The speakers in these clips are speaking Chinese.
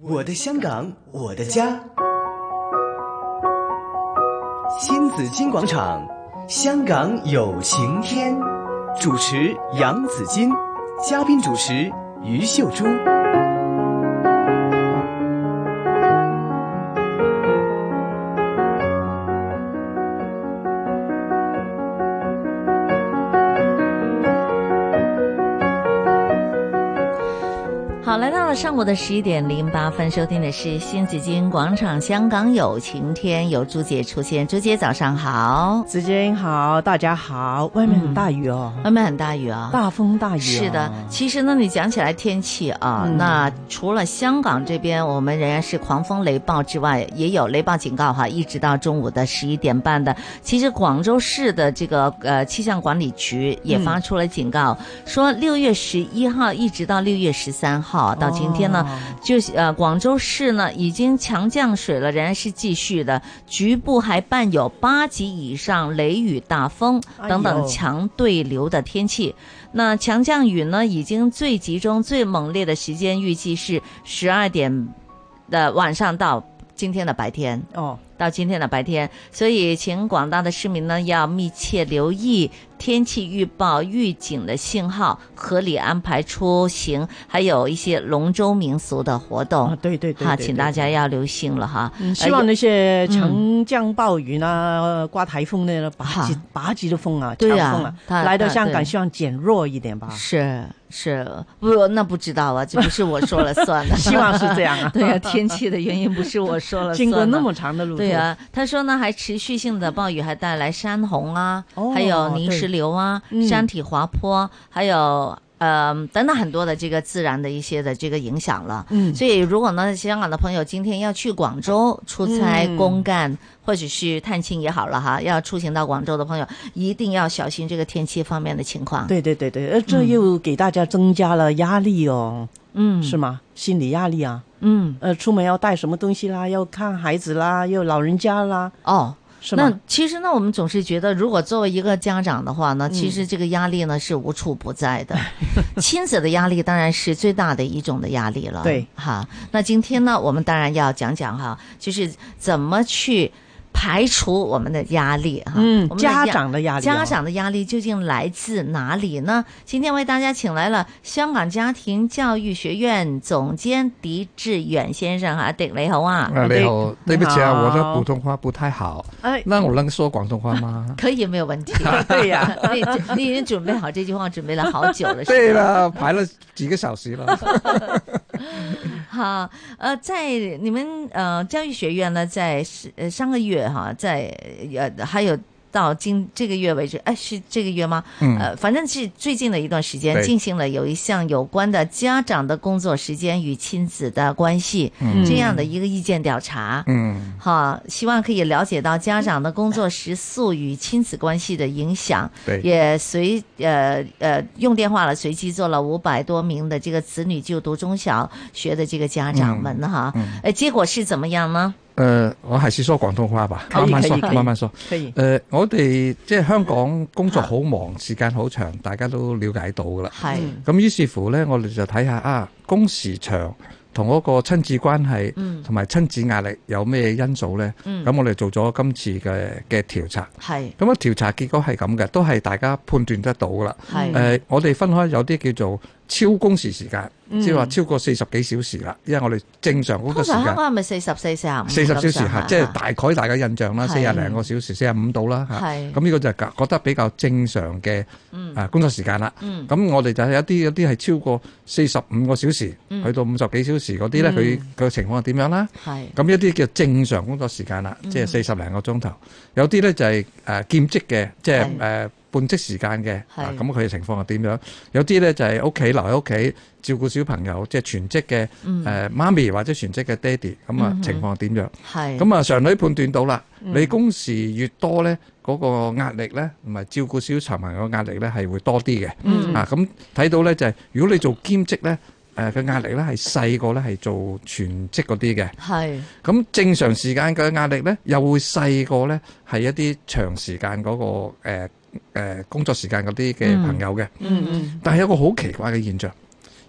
我的香港，我的家。新紫金广场，香港有晴天。主持杨紫金，嘉宾主持于秀珠。好，来到了上午的十一点零八分，收听的是新紫金广场《香港有晴天》，有朱姐出现。朱姐早上好，子君好，大家好，外面很大雨哦，外面很大雨啊，哎大风大雨、哦是的，其实呢，你讲起来天气啊，嗯那除了香港这边我们仍然是狂风雷暴之外，也有雷暴警告哈，一直到中午的十一点半的。其实广州市的这个呃气象管理局也发出了警告，说六月十一号一直到六月十三号到今天呢，就是呃广州市呢已经强降水了，仍然是继续的，局部还伴有八级以上雷雨、大风等哎等呦强对流的天气。那强降雨呢，已经最集中、最猛烈的时间预计是十二点的晚上到今天的白天，哦，到今天的白天。所以，请广大的市民呢要密切留意天气预报、预警的信号，合理安排出行，还有一些龙舟民俗的活啊动。对对对哈，对请对大家要留心了哈。呃嗯希望那些强降暴雨呢、刮台风的八级八级的风啊，强对啊风啊，它来到它香港对希望减弱一点吧，是是，不，那不知道啊，这不是我说了算的。 希望是这样啊。 对呀、天气的原因不是我说了算的。 经过那么长的路途，对啊，他说呢，还持续性的暴雨还带来山洪啊，哦还有泥石流啊，对嗯山体滑坡，还有呃等等很多的这个自然的一些的这个影响了。嗯，所以，如果呢，香港的朋友今天要去广州出差、嗯公干，或者是探亲也好了哈，要出行到广州的朋友，一定要小心这个天气方面的情况。，对对对对，呃，这又给大家增加了压力哦，嗯，是吗？心理压力啊，嗯，呃，出门要带什么东西啦，要看孩子啦，要老人家啦，哦，是那吗？其实呢，我们总是觉得，如果作为一个家长的话呢，嗯其实这个压力呢是无处不在的。 亲子的压力当然是最大的一种的压力了。对，哈。那今天呢，我们当然要讲讲哈，就是怎么去排除我们的压力哈。嗯我，们的压家长的压力、家。长的压力究竟来自哪里呢？今天为大家请来了香港家庭教育学院总监狄志远先生哈，狄你好啊，？啊，对你好，对不起你啊，好我的普通话不太好，哎，那我能说广东话吗 可以没有问题。 对呀、 你你已经准备好这句话，准备了好久了，是吧对。了，排了几个小时了。好，呃，在你们呃教育学院呢，在是呃上个月哈，在呃还有。到今这个月为止，哎，是这个月吗？嗯，呃，反正是最近的一段时间，对进行了有一项有关的家长的工作时间与亲子的关系、嗯这样的一个意见调查。嗯，好，希望可以了解到家长的工作时速与亲子关系的影响，对也随呃呃用电话了，随机做了五百多名的这个子女就读中小学的这个家长们哈，嗯呃，结果是怎么样呢？呃，我还是說廣東話吧，可以慢慢可說，以可以慢慢說。可以，诶、我哋即係香港工作好忙，時間好長，大家都了解到噶啦。係嗯咁於是乎呢，我哋就睇下啊，工時長同嗰個親子關係嗯同埋親子壓力有咩因素呢？嗯咁、我哋做咗今次嘅嘅調查。係咁啊，調查結果係咁嘅，都係大家判斷得到噶啦。係誒、嗯呃我哋分開有啲叫做超工時時間，嗯即係話超過四十幾小時啦。因為我哋正常工作通時常香間港係咪四十四、四十五？四十小時嚇，即係大概大家印象啦，係四廿零個小時，四廿五度啦嚇。係咁呢個就係覺得比較正常嘅嗯啊工作時間啦。嗯咁我哋就係有啲有啲係超過四十五個小時，嗯去到五十幾小時嗰啲咧，嗯佢佢情況係點樣啦？係咁一啲叫正常工作時間啦，即係四十零個鐘頭。有啲咧就係誒兼職嘅，即係係誒半職時間嘅。係啊咁佢嘅情況係點樣？有啲咧就係屋企留喺屋企照顧小朋友，即係全職嘅嗯誒媽咪或者全職嘅爹哋。咁啊嗯哼情況係點樣？係咁啊常女判斷到啦，你工時越多咧，嗰個壓力咧同埋照顧小朋友嘅壓力咧係會多啲嘅。嗯啊，咁睇到咧就係、如果你做兼職咧，誒、嘅壓力咧係細過咧係做全職嗰啲嘅。係咁正常時間嘅壓力咧，又會細過咧係一啲長時間嗰、個誒、呃呃工作時間嗰啲嘅朋友嘅。嗯但係有個好奇怪嘅現象，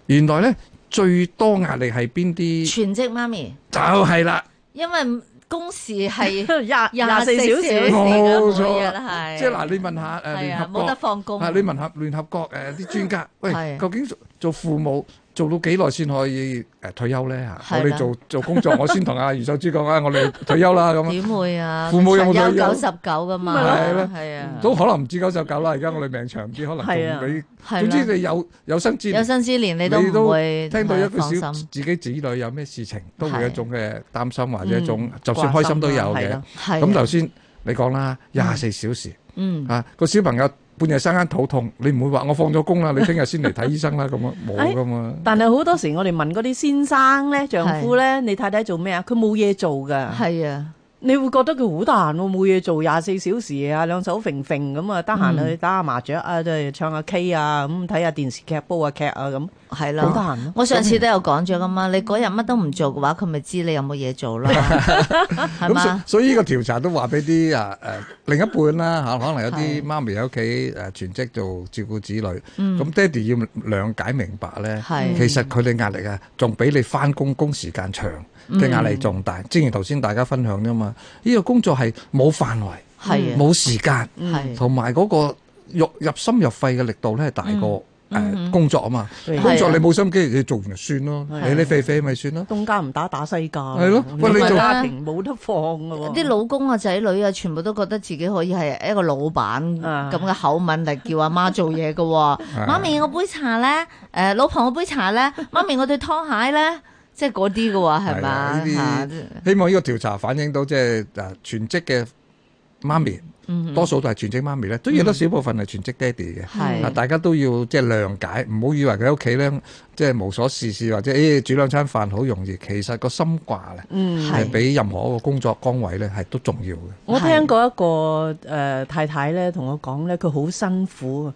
原來咧最多壓力係邊啲？全職媽咪，就係啦，因為工時 係 廿廿廿四四小小時時冇嘅，錯每日係即係嗱，你問下誒係聯啊，合冇國得放工啊，你問下聯合國誒啲專家，係喂，究竟做做父母做到幾耐先可以誒退休咧？嚇，係我啦哋做做工作，我先同阿余秀珠講啊，我哋退休啦 咁啊，點會啊？父母有冇長退休九十九噶嘛？咪係咯嗯係啊，都可能唔止九十九啦，而家我哋命長啲，可係啊能仲比係總啦之你有有生之有年，生之年你都你都唔會聽到一句係小放心，自己子女有咩事情，都會係有一種嘅擔心或者一種嗯就算開心都有掛心嘅啦。係咁啊頭先你講啦，廿四小時嗯啊，個小朋友半夜生間肚痛，你唔會話我放咗工啦，你聽日先嚟睇醫生啦咁啊，冇噶嘛。但係好多時我哋問嗰啲先生咧、丈夫咧，你太太做咩啊？佢冇嘢做㗎。係啊，你會覺得佢好得閒喎，冇嘢做，廿四小時啊，兩手揈揈咁啊，得閒嗯去打下麻雀啊，即係唱下 K 啊，咁睇下電視劇、煲下劇啊，咁係好得啦。閒咯。我上次都有講咗噶嘛，你嗰日乜都唔做嘅話，佢咪知你有冇嘢做 咯，係咁所嘛？所以呢個調查都話俾啲啊誒另一半啦嚇，可能有啲媽咪喺屋企誒全職做照顧子女，咁爹哋要諒解明白咧，係其實佢哋壓力啊，仲比你翻工工時間長嘅壓力仲大。正如頭先大家分享啫嘛，呢個工作係冇範圍、係啊，冇時間，係同埋嗰個入入心入肺嘅力度咧係大過誒工作啊嘛。對工作你冇心機，你做完就算咯，你你肥肥咪算咯。東家唔打打西家，係咯喂你個做家庭冇得放㗎喎。啲老公啊、仔女啊，全部都覺得自己可以係一個老闆啊咁嘅口吻嚟叫阿媽做嘢嘅 啊喎。媽咪，我杯茶咧，誒、老婆，我杯茶 咧，媽咪，我對拖鞋咧，即係嗰啲嘅喎，係係啊嘛呢啲嚇希望呢個調查反映到即係誒全職嘅媽咪，多數都係全職媽咪咧，都有得少部分係全職爹哋嘅。啊！係大家都要即係諒解，唔好以為佢喺屋企咧，即係無所事事或者誒煮兩餐飯好容易，其實個心掛咧嗯，啊係比任何一個工作崗位咧係都重要嘅。我聽過一個誒太太咧同我講咧，佢好辛苦，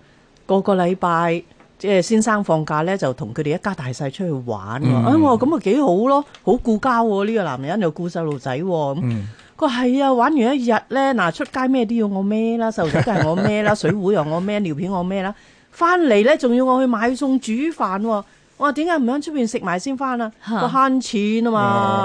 個個禮拜即係先生放假咧，就同佢哋一家大細出去玩喎。嗯啊，我話咁啊幾好咯，好顧家喎呢個男人又顧細路仔喎咁。嗯，佢話係啊，玩完一日咧，嗱出街咩都要我孭啦，細路仔梗係我孭啦，水壺又我孭，尿片我孭啦，翻嚟咧仲要我去買餸煮飯喎。我話點解唔喺出邊食埋先翻啊？嚇佢慳錢啊嘛，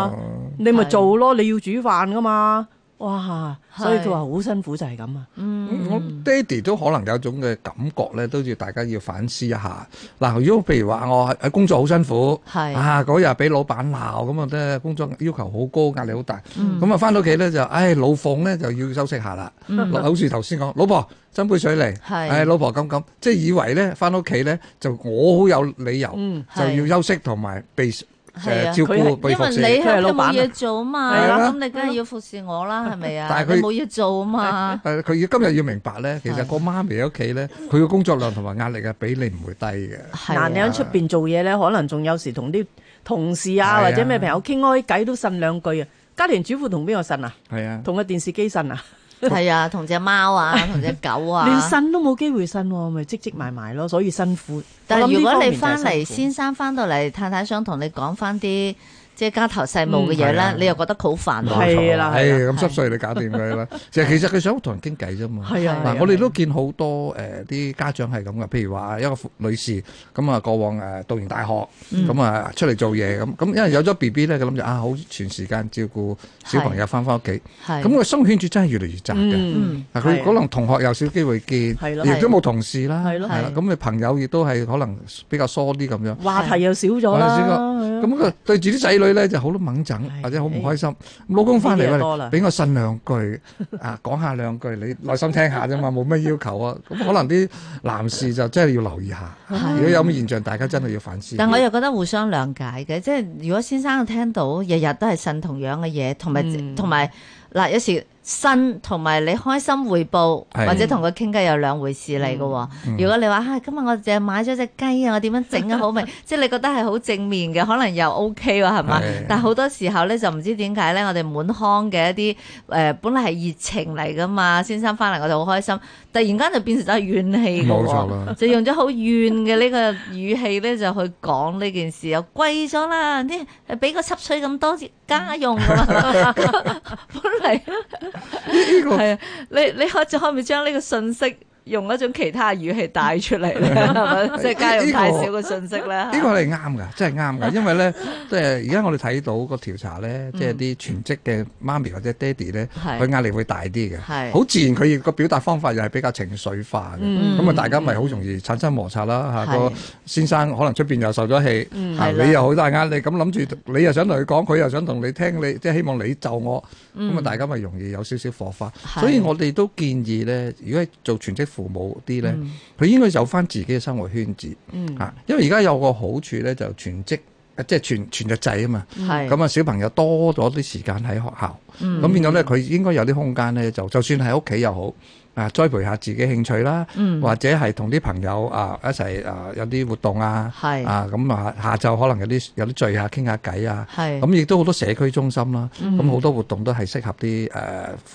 哦你咪做咯，你要煮飯噶嘛。哇！係所以佢話好辛苦就係咁啊。嗯咁我爹哋都可能有種嘅感覺咧，都要大家要反思一下。嗱，如果譬如話我喺工作好辛苦，係啊嗰日俾老闆鬧咁啊，咧工作要求好高，壓力好大，嗯咁啊翻到屋企咧就，唉老鳳咧就要休息下啦。嗯落好似頭先講，老婆斟杯水嚟，係唉老婆咁咁，即係以為咧翻屋企咧就我好有理由嗯就係要休息同埋被誒係啊照佢顧係因為被你服侍。喺佢係屋企老闆啊冇嘢做啊嘛，係啦咁你梗係要服侍我 啦，係咪啊？但你係佢冇嘢做啊嘛，誒呃佢要今日要明白咧，其實係個媽咪喺屋企咧，佢嘅工作量同埋壓力啊，比你唔會低嘅。係啊嗱，你喺出邊做嘢咧，可能仲有時同啲同事係啊，啊或者咩朋友傾開偈都呻兩句啊。家庭主婦同邊個呻啊？係啊，同個電視機呻啊？ 係啊，同只貓啊，同只狗啊，連呻都冇機會呻喎，咪積積埋埋咯，所以辛苦。但我諗係呢如果方面你就係翻嚟，辛苦先生翻到嚟，太太想同你講翻啲即係家頭細務嘅嘢嗯係咧啊，你又覺得好煩冇喎。錯係啊啦唉係咁濕碎你搞掂佢啦。其實其實佢想同人傾偈啫嘛。係啊係啊嗱，我哋都見好多誒啲家長係咁嘅，譬如話一個女士咁啊，過往誒讀完大學咁啊出嚟做嘢咁咁，因為有咗 B B 咧，佢諗住啊好全時間照顧小朋友翻翻屋企，係啊咁個生圈子真係越嚟越窄嘅。嗯，嗱，佢係可能同學有少機會見，係咯亦都冇同事啦，係咯係啦係咁你朋友亦都係可能比較疏啲咁樣。話題又少咗我啦。哋試過係啊咁佢對住啲仔女咧就好多掹整，唉或者好唔開心。老公翻呢啲嘢嚟多喂，啦俾我呻兩句啊，講下兩句，你耐心聽下啫 嘛，冇乜要求啊。咁可能啲男士就真係要留意下，如果有咁嘅現象，大家真係要反思。但我又覺得互相諒解嘅，即係如果先生聽到日日都係呻同樣嘅嘢，同埋嗯同埋嗱有時呻同埋你開心匯報，係嗯或者同佢傾偈有兩回事嚟嘅喎。如果你話啊今日我淨係買咗只雞啊，我點樣整啊好 味，即係你覺得係好正面嘅，可能又 OK 喎係嘛係？但好多時候咧就唔知點解咧，我哋滿腔嘅一啲誒、呃本來係熱情嚟噶嘛，先生翻嚟我就好開心，突然間就變成咗怨氣嘅冇喎錯啦。就用咗好怨嘅呢個語氣咧，就去講呢件事，又貴咗啦，啲俾個濕水咁多家用㗎嘛， 本嚟呢個係啊，你你可就可唔可以將呢個信息用一種其他語氣帶出嚟 咧，係咪即係家用太少嘅信息咧。呢個你啱㗎，真係啱 㗎，因為咧，即係而家我哋睇到個調查咧，即係啲全職嘅媽咪或者爹哋咧，嗯係佢壓力會大啲嘅，係好自然佢個表達方法又係比較情緒化嘅，嗯咁啊大家咪好容易產生摩擦啦嚇，係個先生可能出邊又受咗氣，嗯啊係啦你又好大壓力，咁諗住你又想同佢講，佢又想同你聽，你即係希望你就我，咁啊大家咪容易有少少火花，嗯係所以我哋都建議咧，如果係做全職父母啲咧，嗯佢應該有翻自己嘅生活圈子。嗯啊，因為而家有個好處咧，就全職。啊即係全全日制啊嘛，係咁啊小朋友多咗啲時間喺學校，咁變咗咧佢應該有啲空間咧，就就算喺屋企又好，啊栽培下自己興趣啦，或者係同啲朋友啊一齊啊有啲活動啊，係啊咁啊下晝可能有啲有啲聚下傾下偈啊，係咁亦都好多社區中心啦，咁好多活動都係適合啲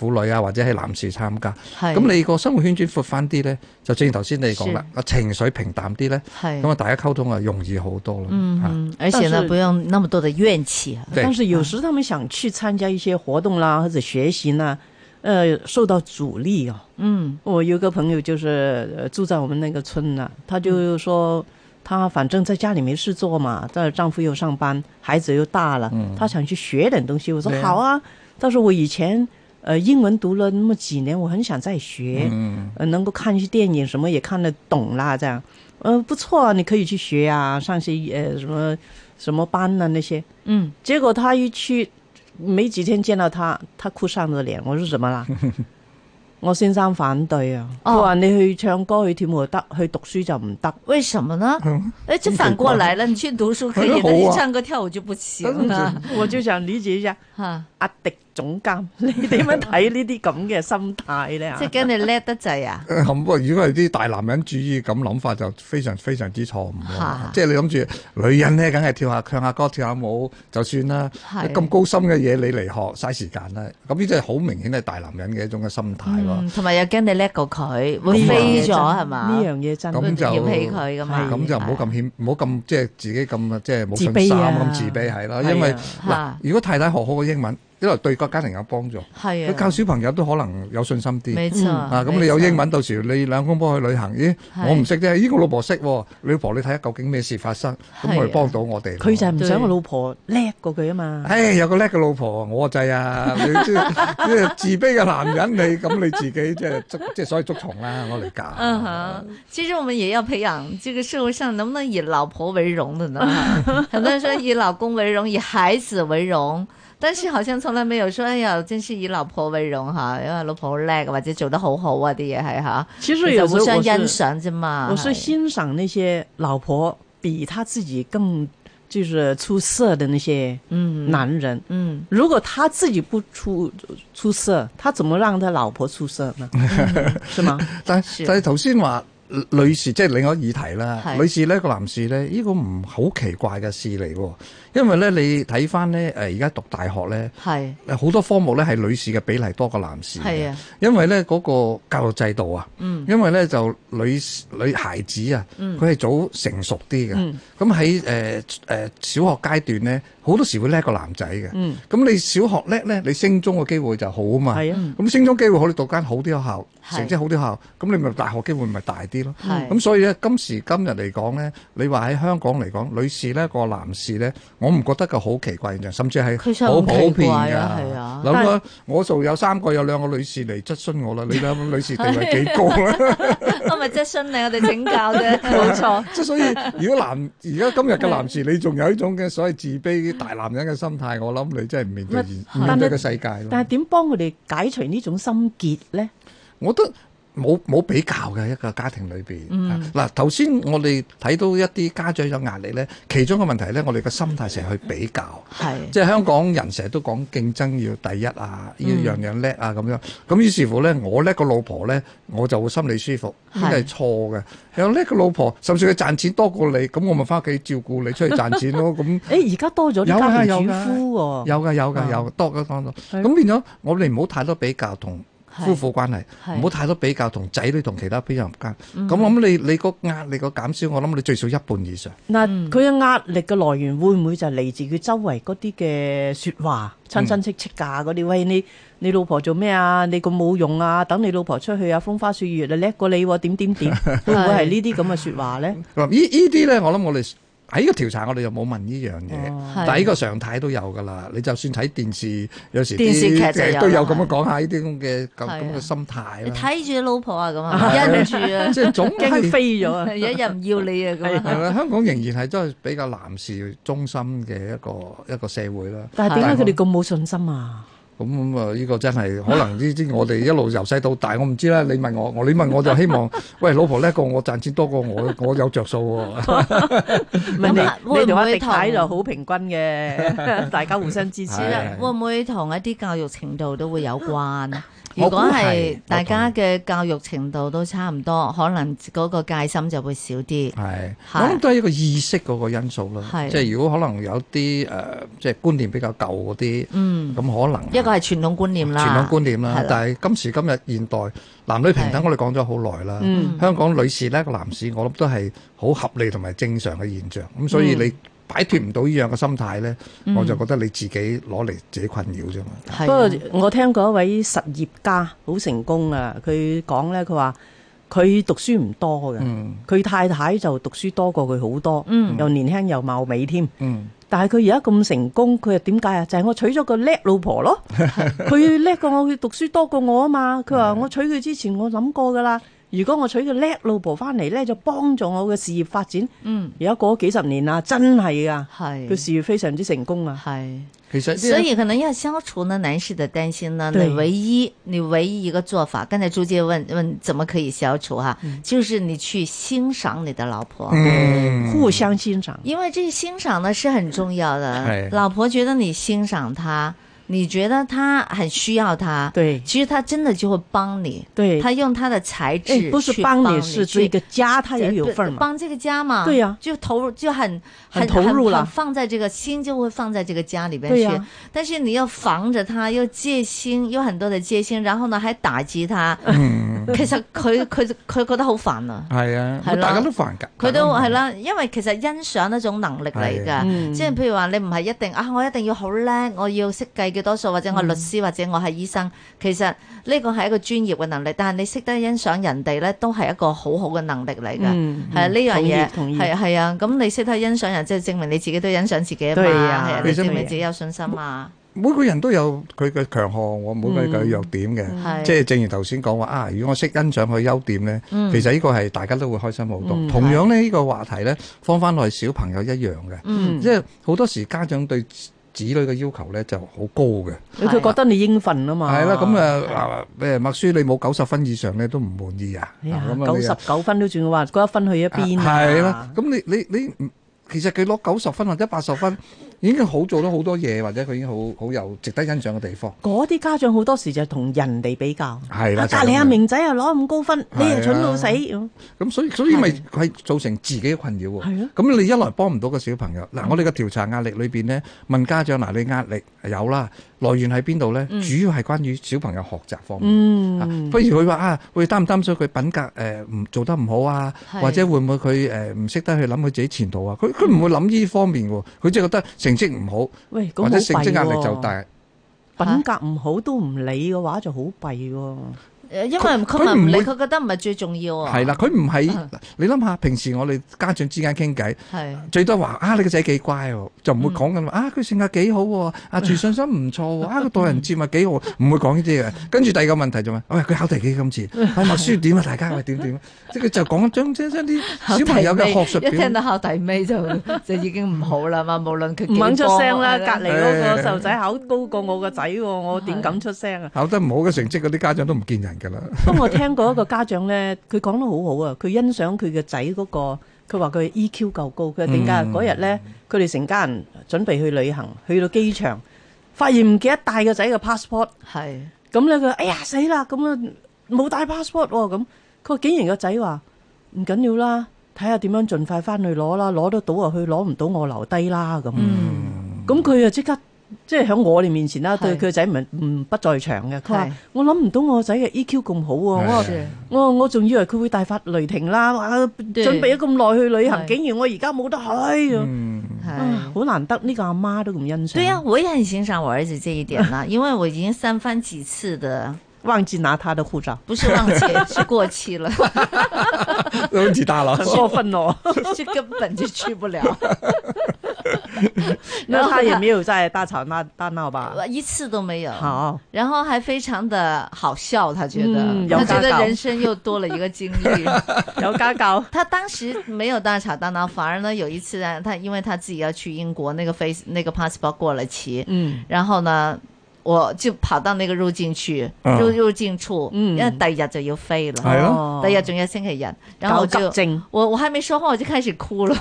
誒婦女啊或者係男士參加，係咁你個生活圈子闊翻啲咧，就正如頭先你講啦，啊情緒平淡啲咧。係咁啊，大家溝通啊容易好多啦。嗯，嗯，而且呢，但是不用那么多的怨氣啊。对但是有时他们想去参加一些活动啦，或者学习呢，呃，受到阻力哦。嗯我有个朋友就是、呃、住在我们那个村呢、她嗯就说她反正在家里没事做嘛，但丈夫又上班，孩子又大了，她想去学点东西。我说嗯对啊好啊，但是我以前呃英文读了那么几年，我很想再学，嗯呃能够看一些电影什么也看得懂啦，这样，呃不错啊，你可以去学啊，上些呃什么什么班呐、那些。嗯，结果他一去，没几天见到他，他哭丧着脸。我说怎么 啦？我先生反對啊，哦佢話你去唱歌去跳舞就得，去讀書就唔得。為什麼呢？哎，這反過來了，你去讀書可以，很好那啊你唱歌跳舞就不行啊了。我就想理解一下吓，阿迪總監， 你點樣睇呢啲咁嘅心態咧？即係驚你叻得滯啊！ 咁啊，如果係啲大男人主義咁諗法，就非常非常之錯誤嚇咯。即係你諗住女人咧，梗係跳下唱下歌、跳下舞就算啦。係咁高深嘅嘢你嚟學，嘥時間啦。咁呢啲係好明顯係大男人嘅一種嘅心態咯。嗯，同埋又驚你叻過佢，會咁啊飛咗係嘛呢？樣嘢真咁會就嫌棄佢噶嘛？咁就唔好咁謙，唔好咁即係自己咁即係冇信自心卑啊咁自卑係啦。係啊因為嗱嚇，如果太太學好個英文，一來對個家庭有幫助，係佢教啊，小朋友都可能有信心啲。沒錯啊，咁沒你有錯英文，到時你兩公婆去旅行，咦，係我唔識啫，咦，我老婆識喎，你老婆你睇下究竟咩事發生，係咁啊我哋幫到我哋咯。佢就係唔想個老婆叻過佢啊嘛。唉，有個叻嘅老婆，我制啊！你即係即係自卑嘅男人，你咁你自己即係捉，即係所謂捉蟲啦，我嚟嗯教。哼，其实我们也要培养这个社会上能不能以老婆为荣的呢？很多人说以老公为荣，以孩子为荣，但是好像从来没有说哎呀，真是以老婆为荣哈，因为老婆好叻或者做得好好啊啲嘢系吓，其其實實有時互候相我欣啊是赏啫嘛。我是欣賞那些老婆比他自己更就是出色的那些嗯男人。嗯如果他自己不出呃出色，他怎么让他老婆出色 呢？是吗？但是但係頭先話呃女士即係另一個議題啦，係女士呢個男士呢，呢個唔好奇怪嘅事嚟喎，因為呢，你睇翻呢，誒而家讀大學呢，系好多科目呢係女士嘅比例多過男士嘅。系啊因為咧嗰、個教育制度啊，嗯因為咧就女女孩子啊，嗯佢係早成熟啲嘅嗯，咁喺誒誒小學階段咧，好多時會叻過男仔嘅。咁、嗯，你小學叻咧，你升中嘅機會就好啊嘛。系啊，咁升中機會好，你讀間好啲學校，係成績好啲學校，咁你咪大學機會咪大啲咯。系嗯咁所以咧，今時今日嚟講咧，你話喺香港嚟講，女士咧個男士咧，我唔覺得個好奇怪現象，甚至佢真係係好好奇普怪遍㗎啊係啊。諗但啦，我就有三個有兩個女士嚟質詢我啦，你兩個女士地位幾高啦？ 我咪即系信你，我哋請教啫，冇錯。 即係所以，如果男而家今日嘅男士，你仲有一種嘅所謂自卑大男人嘅心態，我諗你真係唔面對現係唔面對個世界但咯系。点帮佢哋解除呢種心結咧？我覺得冇冇比較嘅一個家庭裏邊。嗱頭先我哋睇到一啲家長有壓力咧，其中一個問題咧，我哋個心態成日去比較。係即係香港人成日都講競爭要第一啊，要樣樣叻啊咁樣。咁於是乎咧，我叻個老婆咧，我就會心理舒服，係呢個係錯嘅。有叻個老婆，甚至佢賺錢多過你，咁我咪翻屋企照顧你，出去賺錢咯。咁诶，而家多咗啲有㗎家庭有主㗎哦夫喎，有㗎有㗎啊有㗎，多咗多咗。係咁變咗我哋唔好太多比較同係夫婦關係，係嗯唔好太多比較，同仔女同其他比較唔間。咁我諗你你個壓力個減少，我諗你最少一半以上。嗱，佢嘅壓力嘅來源會唔會就係嚟自佢周圍嗰啲嘅説話，親親戚戚㗎嗰啲？喂，你你老婆做咩啊？你咁冇用啊！等你老婆出去啊，風花雪月啊，叻過你喎，點點 點，會唔會係呢啲咁嘅説話咧？嗱，依依啲咧，我諗我哋喺個調查，我哋就冇問呢樣嘢。哦係但係呢個常態都有噶啦，你就算睇電視，有時電啲視劇就有啦都有咁樣講下呢啲咁嘅咁係啊咁嘅心態你啦。睇住老婆啊咁啊，忍住啊，即係總驚佢係飛咗 啊！一日唔要你啊咁啊。係啦，香港仍然係都係比較男士中心嘅一個一個社會啦。但係點解佢哋咁冇信心啊？咁咁啊，呢個真係可能呢啲我哋一路由細到大，我唔知啦。你問我，我你問我就希望， 喂老婆叻過我，賺錢多過我，我有着數 喎。咁啊唔係你會唔會你同阿迪太同就好平均嘅， 大家互相支持啊其係啊實係會唔會同一啲教育程度都會有關？啊 我如果估係係我大家同嘅教育程度都差唔多，可能嗰個戒心就會少啲。係，我係諗都係一個意識嗰個因素啦。係即係如果可能有啲誒，即係觀念比較舊嗰啲，嗯咁，可能一個係傳統觀念啦，傳統觀念啦係。但係今時今日現代男女平等，係我哋講咗好耐啦。嗯，香港女士呢個男士，我諗都係好合理同埋正常嘅現象。咁所以嗯你擺脱唔到呢樣嘅心態呢，我就覺得你自己攞嚟自己困擾啫嘛。係啊不過我聽過一位實業家好成功啊，佢講咧，佢話佢讀書唔多嘅，嗯佢太太就讀書多過佢好多，嗯又年輕又貌美添。嗯，但係佢而家咁成功，佢係點解啊？就係、我娶咗個叻老婆 咯，佢叻過我，佢讀書多過我啊嘛。佢話我娶佢之前我諗過噶啦，如果我娶個叻老婆翻嚟咧，就幫助我嘅事業發展。嗯而家過咗幾十年啦，真係噶，係佢事業非常之成功啊！係。其實所呢以可能要消除呢男士的担心呢，对你唯一你唯一一个做法，刚才朱姐问问怎么可以消除哈，嗯就是你去欣赏你的老婆。嗯互相欣賞。因为这个欣赏呢是很重要的哎，老婆觉得你欣赏她，你觉得她很需要她，對其实她真的就会帮你，對她用她的才智哎去，不是帮你，是这去个家，他也有对份儿嘛。帮这个家嘛，对呀就投入就很很投入了很放在这个心就会放在这个家里边对去。呀但是你要防着他，又戒心，有很多的戒心，然后呢还打击他，嗯其實佢佢佢覺得好煩啊。嗯係啊，係啦大家都煩㗎。佢都係大家啦，因為其實欣賞一種能力嚟係㗎，嗯即係譬如話你唔係一定啊，我一定要好叻，我要識計幾多數，或者我律嗯師或者我係醫生。其實呢個係一個專業嘅能力，但係你識得欣賞人哋咧，都係一個好好嘅能力嚟㗎。嗯係啊呢樣嘢同意同意係係啊，咁你識得欣賞人，即係證明你自己都欣賞自己啊嘛，對係啊啊，其你實證明自己有信心啊，每個人都有佢嘅強項，我每個人嘅嗯弱點嘅。嗯係即係正如頭先講話啊，如果我識欣賞佢優點呢，其實呢個係大家都會開心好多。同樣呢，呢個話題呢，放翻落去小朋友一樣嘅，即係好多時家長對子女嘅要求呢就好高嘅。佢覺得你應份啊嘛。係啦，咁啊嗱誒，默書你冇九十分以上呢都唔滿意啊。哎呀，咁啊你九啊十九分都仲要話嗰一分去咗邊啊？係啦，咁你你你唔其實佢攞九十分或者八十分，已經好做咗好多嘢，或者佢已經好好有值得欣賞嘅地方。嗰啲家長好多時就同人哋比較。係啦啊就隔係咁樣離阿明仔啊攞咁高分，你係又啊蠢到死。咁咁所以所以咪係係造成自己嘅困擾喎。係啊咁你一來幫唔到個小朋友，嗯嗱，我哋嘅調查壓力裏邊呢，問家長嗱，你壓力有啦，來源喺邊度呢？主要係關於小朋友學習方面。啊嗯，不如佢話啊，會擔唔擔心佢品格誒唔做得唔好啊，係或者會唔會佢誒唔識得去諗佢自己前途啊？佢佢嗯唔會諗呢方面喎，佢即係覺得成績唔喂，咁好，或好者成績壓力弊喎就，大。品格唔好都唔理嘅話就好弊喎。誒因為佢佢唔理，唔會佢覺得唔係最重要啊。係啦，，佢唔係嗯你諗下，平時我哋家長之間傾偈。係最多話啊，你個仔幾乖喎，就唔會講緊話啊，佢性格幾好喎，啊自信心唔錯喎，啊佢待人接物幾好，唔會講呢啲嘅。跟住第二個問題就問，喂佢考第幾今次？喂默書點啊？大家喂點點？即係佢就講將將將啲小 朋友嘅學術一聽表。到考第尾就 就已經唔好啦嘛，無論佢幾唔肯出聲啦，幫我係啦隔離嗰個細路仔考高過我個仔喎，我點敢出聲啊？考得唔好嘅成績，嗰啲家長都唔見人㗎啦。不過我聽過一個家長咧，佢講得好好啊，佢欣賞佢嘅仔嗰個，佢話佢 EQ 夠高。佢話點解啊嗯嗰日咧，佢哋成家人準備去旅行，去到機場，發現唔記得帶個仔嘅 passport，係咁咧佢哎呀死啦，咁啊冇帶 passport 喎，咁佢話竟然個仔話唔緊要啦，睇下點樣嗯嗯盡快翻去攞啦，攞得到啊去，攞唔到我留低啦咁。咁佢啊即刻即係喺我哋面前啦，對係佢個仔唔係唔不在場嘅。佢話係：我諗唔到我仔嘅 EQ 咁好喎、我話嗯是我我仲以為佢會大發雷霆啦，哇！準備咗咁耐去旅行，係竟然我而家冇得去，嗯，啊好難得呢個阿媽都咁欣賞。对呀、，啊我也很欣赏我儿子这一点 啦，因为我已经三番几次的，忘記拿他的護照，不是忘记，是过期 了， 都好似大佬，過分咯。是根本就去不 了，那他也沒有在大吵大大鬧 吧？一次都没有。好，然后还非常的好笑，他觉得，嗯有他觉得搞搞人生又多了一个经历。有家教。他当时没有大吵大闹，反而呢有一次呢，他因为他自己要去英国，那个 face 那个 passport 过了期，嗯，然后呢，我就跑到那个入境去嗯入入境处，嗯因为第二日就要飞了，哎呀哦第二日仲有星期日，然后搞我急就 症，我我还没说话我就开始哭 了，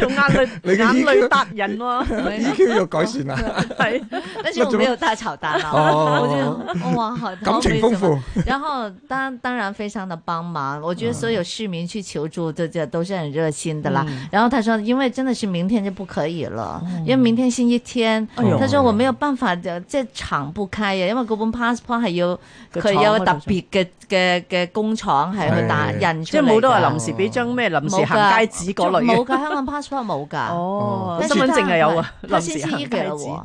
用眼 淚你嘅眼 EQ 淚答人喎， EQ E 要改善啊啦， 係。但是我没有大吵大闹，我哦，就哇好感情豐。好富美，然后当当然非常的帮忙，我觉得嗯所有市民去求助，这这都是很热心的啦。然后他说，因为真的是明天就不可以了，因为明天星期天，哦哎呦他说我没有办法就即系廠不開嘅，因為嗰本 passport 係要個佢有廠個嗰特度別嘅嘅嘅工廠係去打係印出哎即係冇嚟得話㗎臨時俾張咩臨冇時㗎行街紙嗰類冇嘅。㗎，香港 passport 冇㗎。哦，但是身份證係有啊，他臨星時期行一街給了紙。我，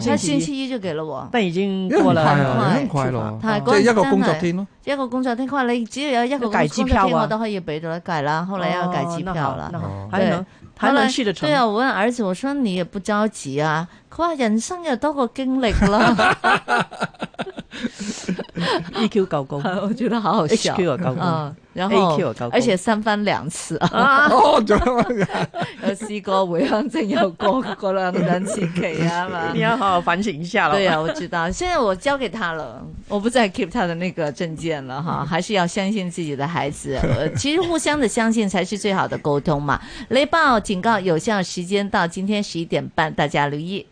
他星星期一，期一就給了我。但已經因為啊過很啦，快樂，係很快出樂，發即係一個工作天咯。一個工作天，佢話你只要有一個要改工機工作票啊天，我都可以俾到一計啦。後來要改機票哦那好啦。那好哦還能還能去得成對。啊，我問兒子，我說你也不着急啊。佢話人生有多個經歷啦， EQ 夠高 我覺得好好 笑。 ，HQ 又夠高。嗯，然後 AQ 夠高而且三番兩次啊，啊，哦，仲有 有試過回鄉證，有過過兩兩次期啊嘛你。要好好反省一下了。对呀、我知道。 现在我交给他了，我不再 keep 他的那个证件了嗯哈，还是要相信自己的孩子。呃、其实互相的相信才是最好的沟通嘛。雷暴警告有效时间到今天十一点半，大家留意。